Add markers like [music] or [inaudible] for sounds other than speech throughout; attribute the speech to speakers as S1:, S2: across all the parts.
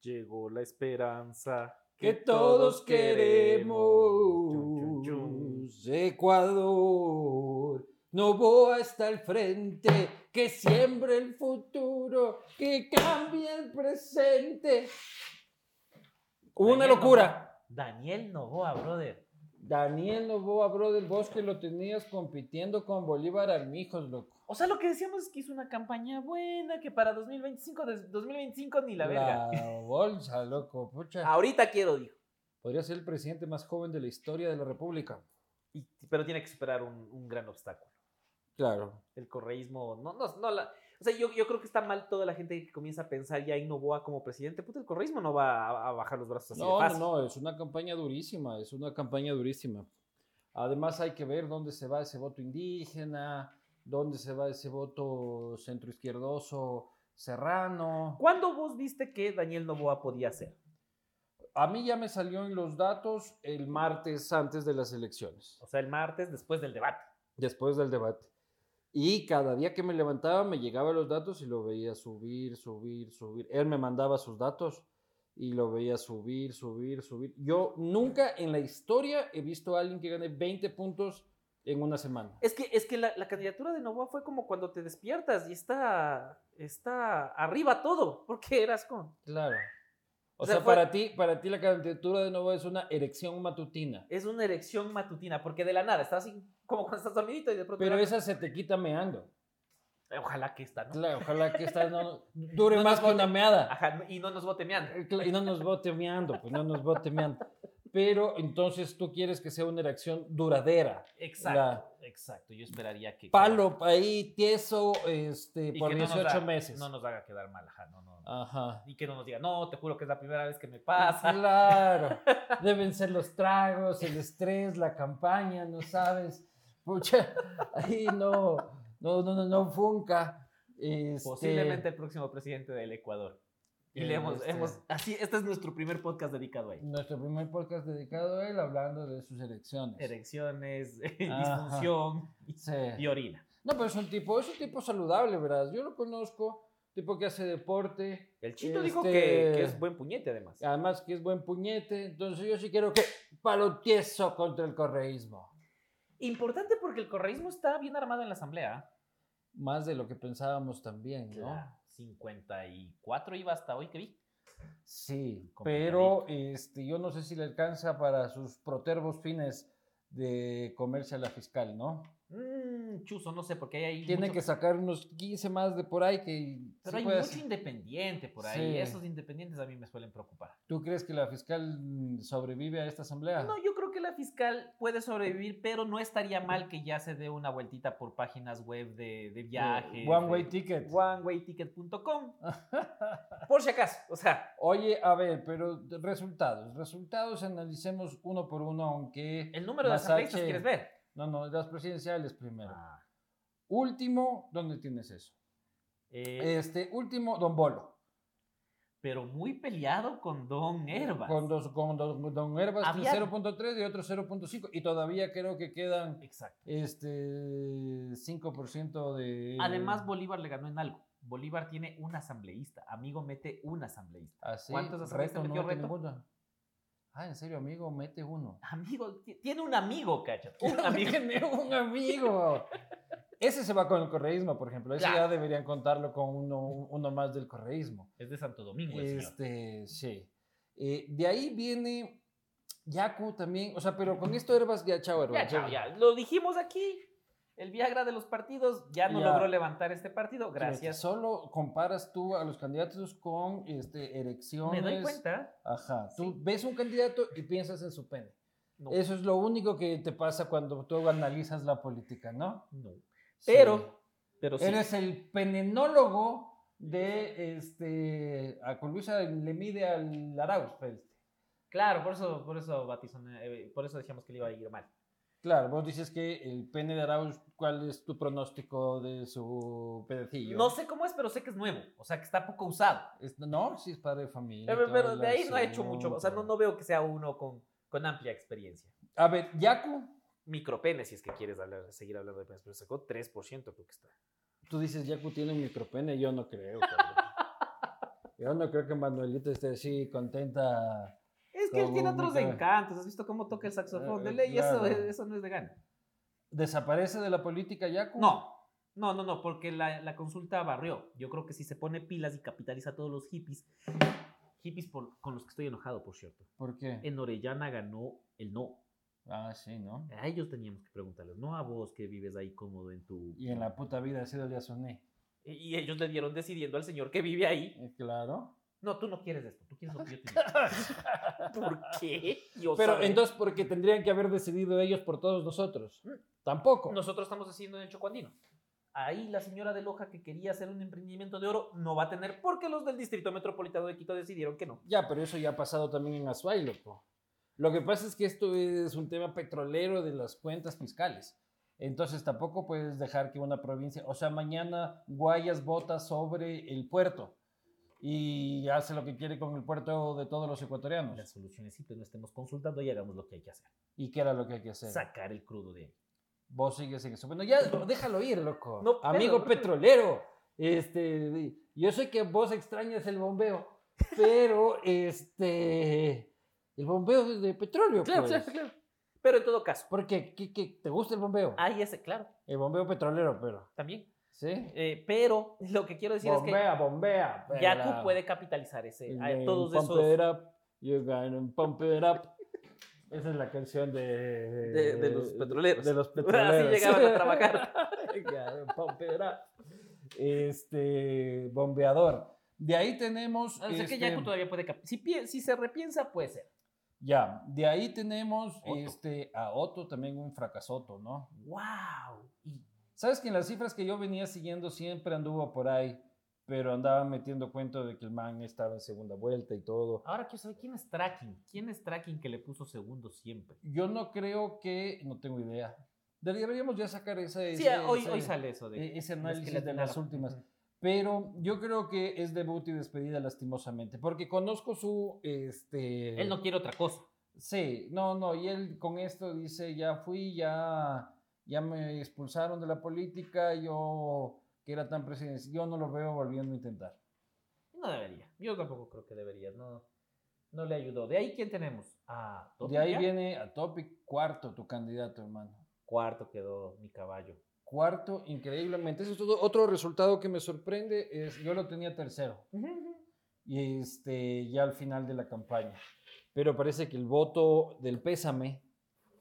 S1: Llegó la esperanza
S2: que todos queremos. Ecuador, Novoa está al frente, que siembre el futuro, que cambie el presente. Una
S3: Daniel
S2: locura.
S3: Noboa. Daniel Novoa, brother.
S2: Daniel Novoa, bro del bosque, lo tenías compitiendo con Bolívar Armijos, loco.
S3: O sea, lo que decíamos es que hizo una campaña buena, que para 2025, des- 2025 ni la verga. Ah.
S2: bolsa, loco, pucha.
S3: Ahorita quiero, dijo.
S2: Podría ser el presidente más joven de la historia de la República.
S3: Y- pero tiene que superar un, un gran obstáculo.
S2: Claro.
S3: El correísmo, no, no, no la- o sea, yo, yo creo que está mal toda la gente que comienza a pensar ya en Novoa como presidente. Puta, el correísmo no va a, a bajar los brazos así de
S2: No, no,
S3: fácil.
S2: no, es una campaña durísima, es una campaña durísima. Además hay que ver dónde se va ese voto indígena, dónde se va ese voto centroizquierdoso, serrano.
S3: ¿Cuándo vos viste que Daniel Novoa podía hacer?
S2: A mí ya me salió en los datos el martes antes de las elecciones.
S3: O sea, el martes después del debate.
S2: después del debate. Y cada día que me levantaba me llegaba los datos y lo veía subir, subir, subir. Él me mandaba sus datos y lo veía subir, subir, subir. Yo nunca en la historia he visto a alguien que gane 20 puntos en una semana.
S3: Es que, es que la, la candidatura de Novoa fue como cuando te despiertas y está, está arriba todo, porque eras con...
S2: Claro. O,
S3: O
S2: sea,
S3: sea, fue-
S2: para ti, para ti la candidatura de nuevo es una erección matutina.
S3: Es una erección matutina, porque de la nada, estás así como cuando estás dormidito y de pronto...
S2: Pero esa se te quita meando.
S3: Ojalá que esta, ¿no?
S2: Claro, ojalá que esta no dure
S3: No
S2: más
S3: nos
S2: que una meada.
S3: Ajá, no- y no nos bote meando.
S2: Eh, cla- Y no nos bote meando, pues no nos bote meando. Pero entonces tú quieres que sea una erección duradera.
S3: Exacto, exacto. Yo esperaría que...
S2: Palo ahí, tieso, este,
S3: y
S2: por
S3: que no nos
S2: 18
S3: haga-
S2: meses. Ah.
S3: No nos haga quedar mal, ajá, no, no. no.
S2: Ajá. Pues,
S3: Y que no nos diga, no, te juro que es la primera vez que me pasa. [laughs]
S2: Claro. Deben ser los tragos, el estrés, la campaña, no sabes. Pucha, ahí no, no, no, no, no funca. Este,
S3: Posiblemente el próximo presidente del Ecuador. Y le hemos,
S2: este,
S3: hemos- así, este es nuestro primer podcast dedicado a ello.
S2: Nuestro primer podcast dedicado a él hablando de sus elecciones.
S3: Erecciones, [laughs]
S2: Ajá.
S3: disfunción y-
S2: Sí.
S3: y orina.
S2: No, pero es un tipo, es un tipo saludable, ¿verdad? Yo lo conozco, tipo que hace deporte,
S3: El chito dijo que,
S2: Este-
S3: que es buen puñete, además.
S2: además que es buen puñete, entonces yo sí quiero que palo tieso contra el correísmo.
S3: Importante porque el correísmo está bien armado en la asamblea.
S2: Más de lo que pensábamos también, ¿no?
S3: ¿no? 54 iba hasta hoy que vi.
S2: Sí,
S3: Complicadito.
S2: pero este, yo no sé si le alcanza para sus protervos fines de comerse a la fiscal, ¿no?
S3: Mm, chuzo, no sé, porque hay ahí.
S2: Tiene
S3: mucho-
S2: que sacar unos 15 más de por ahí que...
S3: Pero
S2: sí
S3: hay
S2: puede
S3: mucho
S2: hacer.
S3: independiente por ahí.
S2: Sí.
S3: Esos independientes a mí me suelen preocupar.
S2: ¿Tú crees que la fiscal mm, sobrevive a esta asamblea?
S3: No, yo creo que la fiscal puede sobrevivir, pero no estaría mal que ya se dé una vueltita por páginas web de, de viajes.
S2: One
S3: de-
S2: way ticket. [laughs]
S3: OneWayTicket.com. Por si acaso, o sea,
S2: Oye, a ver, pero de- resultados. Resultados analicemos uno por uno, aunque...
S3: el número de
S2: Masache.
S3: asambleístas quieres ver.
S2: No, no, las presidenciales primero.
S3: Ah.
S2: Último, ¿dónde tienes eso?
S3: Eh,
S2: Este, último, Don Bolo.
S3: pero muy peleado con Don Herbas.
S2: Con, dos, con dos- Don Herbas
S3: Había-
S2: 0.3 y otro 0.5. Y todavía creo que quedan
S3: Exacto.
S2: este 5% de...
S3: Además, Bolívar le ganó en algo. Bolívar tiene un asambleísta. Amigo mete un asambleísta.
S2: Así,
S3: ¿cuántos asambleístas
S2: reto, no
S3: metió
S2: mete
S3: Reto?
S2: ninguno. Ah, en serio, amigo, mete uno.
S3: Amigo, ti- tiene un amigo, [laughs] cacha. Un amigo.
S2: Tiene [laughs] un amigo. Ese se va con el correísmo, por ejemplo. Ese
S3: Claro.
S2: ya deberían contarlo con uno, uno más del correísmo.
S3: Es de Santo Domingo, el señor.
S2: Este, sí. Eh, de ahí viene Yaku también. O sea, pero con esto Herbas, ya chao, Herbas.
S3: Ya, chao, ya. Lo dijimos aquí. El Viagra de los partidos ya no
S2: Ya.
S3: logró levantar este partido.
S2: Pero es que
S3: Gracias.
S2: Solo comparas tú a los candidatos con este,
S3: Me
S2: erecciones.
S3: doy cuenta.
S2: Ajá. Tú
S3: Sí.
S2: ves un candidato y piensas en su pene.
S3: No.
S2: Eso es lo único que te pasa cuando tú analizas la política, ¿no?
S3: No. Pero, pero sí.
S2: Eres el penenólogo de este. A con Luisa le mide al pues. Arauzfeld.
S3: Claro, por eso, por eso Batizona- eh, por eso decíamos que le iba a ir mal.
S2: Claro, vos dices que el pene de Arauz, ¿cuál es tu pronóstico de su pedacillo?
S3: No sé cómo es, pero sé que es nuevo. O sea, que está poco usado.
S2: Es- no, si es padre de familia.
S3: Pero,
S2: todo
S3: pero
S2: el
S3: de ahí no ha hecho mucho. O sea, no,
S2: asunto.
S3: no veo que sea uno con, con amplia experiencia.
S2: A ver, Yaku,
S3: Micropene, si es que quieres hablar- seguir hablando de penes, pero sacó 3% creo que está. [laughs]
S2: tú dices Yaku tiene un micropene, yo no creo. cabrón. Yo no creo que Manuelito esté así contenta.
S3: Es que él
S2: Como
S3: tiene otros
S2: Mica-
S3: encantos. ¿Has visto cómo toca el saxofón
S2: Eh,
S3: de ley?
S2: claro.
S3: Eso, eso no es de gana.
S2: ¿Desaparece de la política Yacu?
S3: No, no, no, no, porque la, la consulta barrió. Yo creo que si se pone pilas y capitaliza a todos los hippies, hippies por- con los que estoy enojado, por cierto.
S2: ¿Por qué?
S3: En Orellana ganó el no.
S2: Ah, sí, ¿no?
S3: A ellos teníamos que preguntarles, no a vos que vives ahí cómodo en tu...
S2: Y en la puta vida ha sido el Yasuné.
S3: Y ellos le dieron decidiendo al señor que vive ahí.
S2: Eh, Claro.
S3: No, tú no quieres esto, tú quieres lo que yo te digo". [laughs] ¿Por qué? Yo
S2: Pero
S3: sabré.
S2: entonces, ¿por qué tendrían que haber decidido ellos por todos nosotros? Tampoco.
S3: Nosotros estamos haciendo en el Chocuandino. Ahí la señora de Loja que quería hacer un emprendimiento de oro no va a tener porque los del Distrito Metropolitano de Quito decidieron que no.
S2: Ya, pero eso ya ha pasado también en Azuay, loco. Lo que pasa es que esto es un tema petrolero de las cuentas fiscales. Entonces tampoco puedes dejar que una provincia, o sea, mañana Guayas vota sobre el puerto y hace lo que quiere con el puerto de todos los
S3: Las
S2: ecuatorianos.
S3: soluciones sí, pero no estemos consultando y hagamos lo que hay que hacer.
S2: ¿Y qué era lo que hay que hacer?
S3: Sacar el crudo de ahí.
S2: Vos sigues en eso. Bueno, ya lo- déjalo ir, loco.
S3: No, pero-
S2: Amigo petrolero, este, di- yo sé que vos extrañas el bombeo, pero este, el bombeo de- de petróleo. pues.
S3: claro. Pero en todo caso,
S2: ¿Por qué? ¿Qué- qué? ¿Te gusta el bombeo?
S3: hay ese, claro,
S2: El bombeo petrolero, pero.
S3: también.
S2: ¿Sí?
S3: Eh, pero lo que quiero decir
S2: bombea, bombea.
S3: es que
S2: perra.
S3: Yaku puede capitalizar ese, a
S2: You
S3: todos
S2: gonna Pump
S3: esos...
S2: it up. You gonna pump it up. Esa es la canción de.
S3: De- de los petroleros.
S2: De los
S3: [laughs] [laughs]
S2: petroleros.
S3: Así llegaban a [laughs] trabajar.
S2: [laughs] You gonna pump it up. Este. Bombeador. De ahí tenemos.
S3: Ah, O sea que
S2: este,
S3: Yaku todavía puede cap- Si, pi- si se repiensa, puede ser.
S2: Ya, de ahí tenemos
S3: Otto.
S2: este, a Otto, también un fracasoto, ¿no?
S3: ¡Wow! Y
S2: Sabes que en las cifras que yo venía siguiendo siempre anduvo por ahí, pero andaba metiendo cuento de que el man estaba en segunda vuelta y todo.
S3: ahora quiero saber quién es Tracking. ¿Quién es Tracking que le puso segundo siempre?
S2: Yo no creo que, no tengo idea. Deberíamos ya sacar ese,
S3: Sí,
S2: ese-
S3: hoy,
S2: ese-
S3: hoy sale eso de...
S2: e- ese
S3: los que
S2: análisis
S3: le
S2: de
S3: atinaron.
S2: las últimas. Pero yo creo que es debut y despedida lastimosamente, porque conozco su, este...
S3: Él no quiere otra cosa.
S2: Sí, no, no, y él con esto dice, ya fui, ya, ya me expulsaron de la política, yo que era tan presidencial, yo no lo veo volviendo a intentar.
S3: No debería. Yo tampoco creo que debería. No, no le ayudó. De ahí, ¿quién tenemos? Ah,
S2: De ahí
S3: Topia.
S2: viene a Topic, cuarto tu candidato, hermano.
S3: Cuarto quedó mi caballo.
S2: Cuarto, increíblemente. Ese es todo- otro resultado que me sorprende, es yo lo tenía tercero, y este, ya al final de la campaña. Pero parece que el voto del pésame,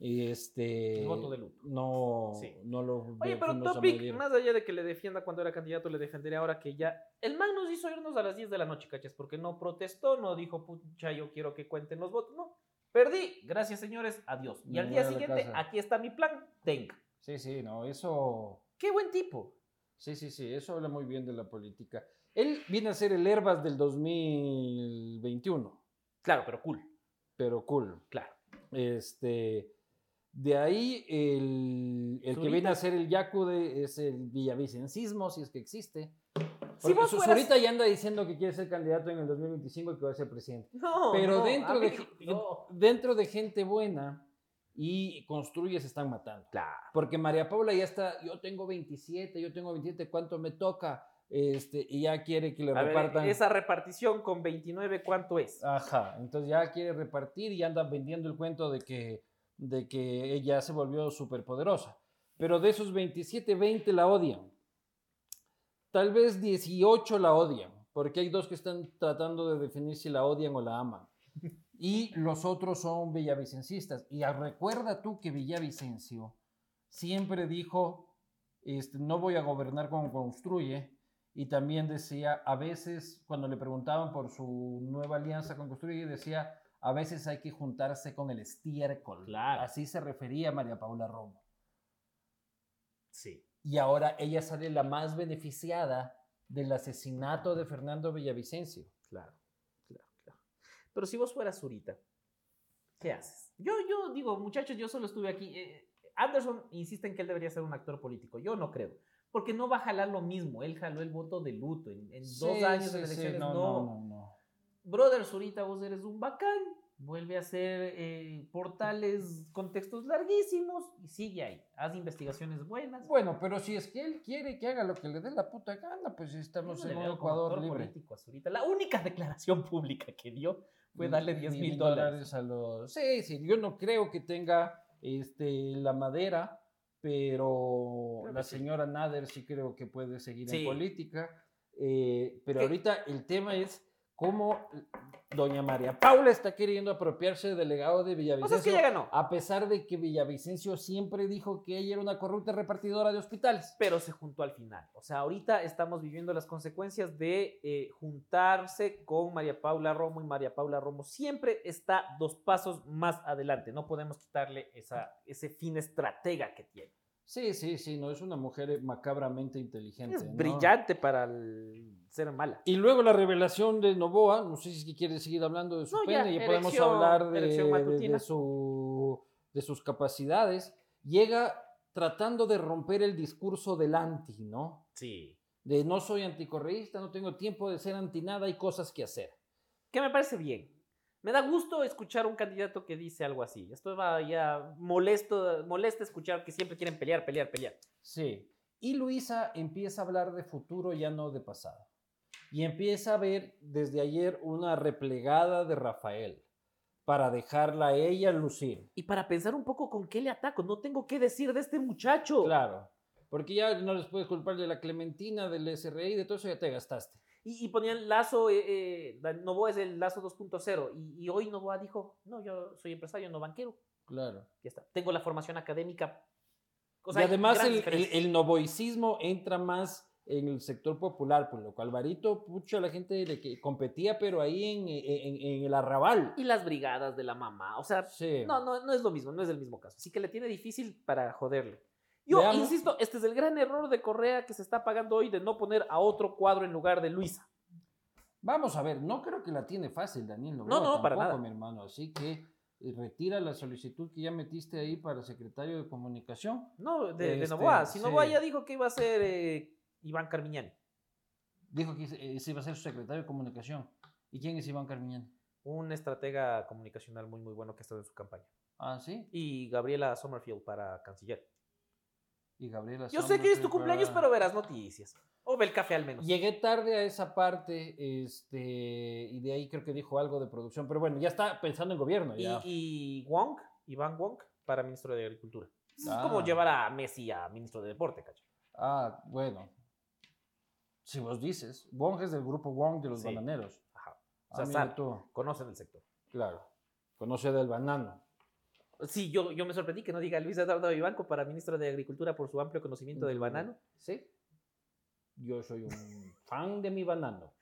S2: este...
S3: El voto de luto.
S2: No,
S3: Sí.
S2: no lo...
S3: Oye, pero
S2: fuimos a
S3: Topic,
S2: medir.
S3: más allá de que le defienda cuando era candidato, le defenderé ahora que ya. El man nos hizo irnos a las 10 de la noche, cachas, porque no protestó, no dijo, pucha, yo quiero que cuenten los votos. No, perdí. Gracias, señores. Adiós. Y
S2: Me
S3: al
S2: voy
S3: día
S2: a la
S3: siguiente,
S2: casa.
S3: aquí está mi plan. Tenga.
S2: Sí, sí, no, eso...
S3: Qué buen tipo.
S2: Sí, sí, sí, eso habla muy bien de la política. Él viene a ser el Herbas del 2021,
S3: Claro, pero cool.
S2: pero cool.
S3: Claro.
S2: Este, de ahí el, el que
S3: Zurita.
S2: viene a ser el Yacude es el villavicencismo, si es que existe.
S3: Si
S2: Porque
S3: vos
S2: Zu-
S3: fueras-
S2: Zurita ya anda diciendo que quiere ser candidato en el 2025 y que va a ser presidente.
S3: No,
S2: Pero
S3: no,
S2: dentro
S3: a
S2: de
S3: mí- [laughs]
S2: que-
S3: no.
S2: Dentro de gente buena y construye se están matando.
S3: Claro.
S2: Porque María Paula ya está, yo tengo 27, yo tengo 27, ¿cuánto me toca? Este, y ya quiere que le
S3: A ver,
S2: repartan.
S3: esa repartición con 29, ¿cuánto es?
S2: Pues, Ajá, entonces ya quiere repartir y anda vendiendo el cuento de que, de que ella se volvió superpoderosa. Pero de esos 27, 20 la odian. Tal vez 18 la odian, porque hay dos que están tratando de definir si la odian o la aman. Y los otros son villavicencistas. Y a- recuerda tú que Villavicencio siempre dijo, este, no voy a gobernar como construye, y también decía, a veces, cuando le preguntaban por su nueva alianza con Construye, decía, a veces hay que juntarse con el estiércol.
S3: Claro.
S2: Así se refería María Paula Romo.
S3: Sí.
S2: Y ahora ella sale la más beneficiada del asesinato de Fernando Villavicencio.
S3: Claro, claro, claro. Pero si vos fueras Zurita, ¿qué haces? Yo, yo digo, muchachos, yo solo estuve aquí. eh, Anderson insiste en que él debería ser un actor político. Yo no creo. Porque no va a jalar lo mismo. Él jaló el voto de luto. En, en
S2: Sí,
S3: dos años
S2: sí,
S3: de
S2: sí,
S3: elecciones,
S2: no,
S3: no.
S2: no, no, no.
S3: Brother Zurita, vos eres un bacán. vuelve a hacer eh, portales con textos larguísimos y sigue ahí. Haz investigaciones buenas.
S2: Bueno, pero si es que él quiere que haga lo que le dé la puta gana, pues estamos
S3: Yo no le
S2: en un
S3: veo como
S2: Ecuador
S3: actor
S2: libre.
S3: político a Zurita. La única [laughs] declaración pública que dio fue darle 10
S2: Ni- ni
S3: mil dólares.
S2: a los. Sí, sí, yo no creo que tenga este, la madera, pero
S3: Creo que
S2: la
S3: sí.
S2: señora Nader sí creo que puede seguir
S3: Sí.
S2: en política. Eh, pero
S3: Que-
S2: ahorita el tema es cómo doña María Paula está queriendo apropiarse del legado de
S3: O
S2: Villavicencio.
S3: sea, Pues es que ya ganó.
S2: A pesar de que Villavicencio siempre dijo que ella era una corrupta repartidora de hospitales.
S3: pero se juntó al final. O sea, ahorita estamos viviendo las consecuencias de eh, juntarse con María Paula Romo y María Paula Romo siempre está dos pasos más adelante. No podemos quitarle esa, ese fin estratega que tiene.
S2: Sí, sí, sí, no, es una mujer eh, macabramente inteligente.
S3: Es
S2: ¿no?
S3: brillante para el ser mala.
S2: Y luego la revelación de Novoa, no sé si es que quiere seguir hablando de su
S3: No, ya,
S2: pene, y podemos
S3: erección-
S2: hablar de,
S3: erección
S2: de-
S3: matutina.
S2: de su, de sus capacidades. Llega tratando de romper el discurso del anti, ¿no?
S3: Sí.
S2: De no soy anticorreísta, no tengo tiempo de ser anti nada, hay cosas que hacer.
S3: Que me parece bien. Me da gusto escuchar un candidato que dice algo así. Esto va ya molesto, molesta escuchar que siempre quieren pelear, pelear, pelear.
S2: Sí. Y Luisa empieza a hablar de futuro, ya no de pasado. Y empieza a ver desde ayer una replegada de Rafael para dejarla a ella lucir.
S3: Y para pensar un poco con qué le ataco, no tengo qué decir de este muchacho.
S2: Claro. Porque ya no les puedes culpar de la Clementina, del SRI, de todo eso ya te gastaste.
S3: Y, y ponían lazo, eh, eh, da- Novoa es el lazo 2.0. Y, y hoy Novoa dijo, no, yo soy empresario, no banquero.
S2: Claro.
S3: Ya está. Tengo la formación académica. O
S2: y
S3: sea, hay
S2: además
S3: grandes
S2: el, el,
S3: diferencias.
S2: el novoicismo entra más en el sector popular, por lo cual Barito, pucha, la gente de que competía, pero ahí en, e, en- en el arrabal.
S3: Y las brigadas de la mamá. O sea,
S2: Sí.
S3: no, no, no es lo mismo, no es el mismo caso. Así que le tiene difícil para joderle. Yo
S2: Veamos.
S3: insisto, este es el gran error de Correa que se está pagando hoy de no poner a otro cuadro en lugar de Luisa.
S2: Vamos a ver, no creo que la tiene fácil, Daniel.
S3: No,
S2: Noboa,
S3: no, para
S2: tampoco,
S3: nada.
S2: mi hermano. Así que eh, retira la solicitud que ya metiste ahí para secretario de comunicación.
S3: No, de, de
S2: Este,
S3: Novoa. Si Novoa
S2: sí.
S3: ya dijo que iba a ser eh, Iván Carmiñani.
S2: Dijo que ese ese iba a ser su secretario de comunicación. ¿Y quién es Iván Carmiñán?
S3: Un estratega comunicacional muy, muy bueno que ha estado en su campaña.
S2: Ah, sí.
S3: y Gabriela Sommerfield para canciller.
S2: Y Gabriela
S3: Yo sé
S2: Sombra
S3: que es
S2: se
S3: tu cumpleaños,
S2: prepara.
S3: pero verás noticias. O ve el café al menos.
S2: Llegué tarde a esa parte, este, y de ahí creo que dijo algo de producción, pero bueno, ya está pensando en gobierno.
S3: Y,
S2: Ya.
S3: y Wong, Iván Wong, para ministro de Agricultura. Es
S2: Ah.
S3: como llevar a Messi a ministro de Deporte, cacho.
S2: Ah, bueno. Si vos dices, Wong es del grupo Wong de los
S3: Sí.
S2: bananeros.
S3: Ajá. O
S2: Ah,
S3: sea,
S2: mira
S3: sabe.
S2: tú,
S3: Conocen el sector.
S2: claro. Conoce del banano.
S3: Sí, yo, yo me sorprendí que no diga Luis Eduardo Vivanco para ministro de Agricultura por su amplio conocimiento del banano.
S2: Sí. Yo [laughs] soy un fan de mi banano.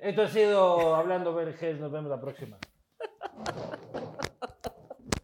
S2: Esto ha sido Hablando Verges, nos vemos la próxima.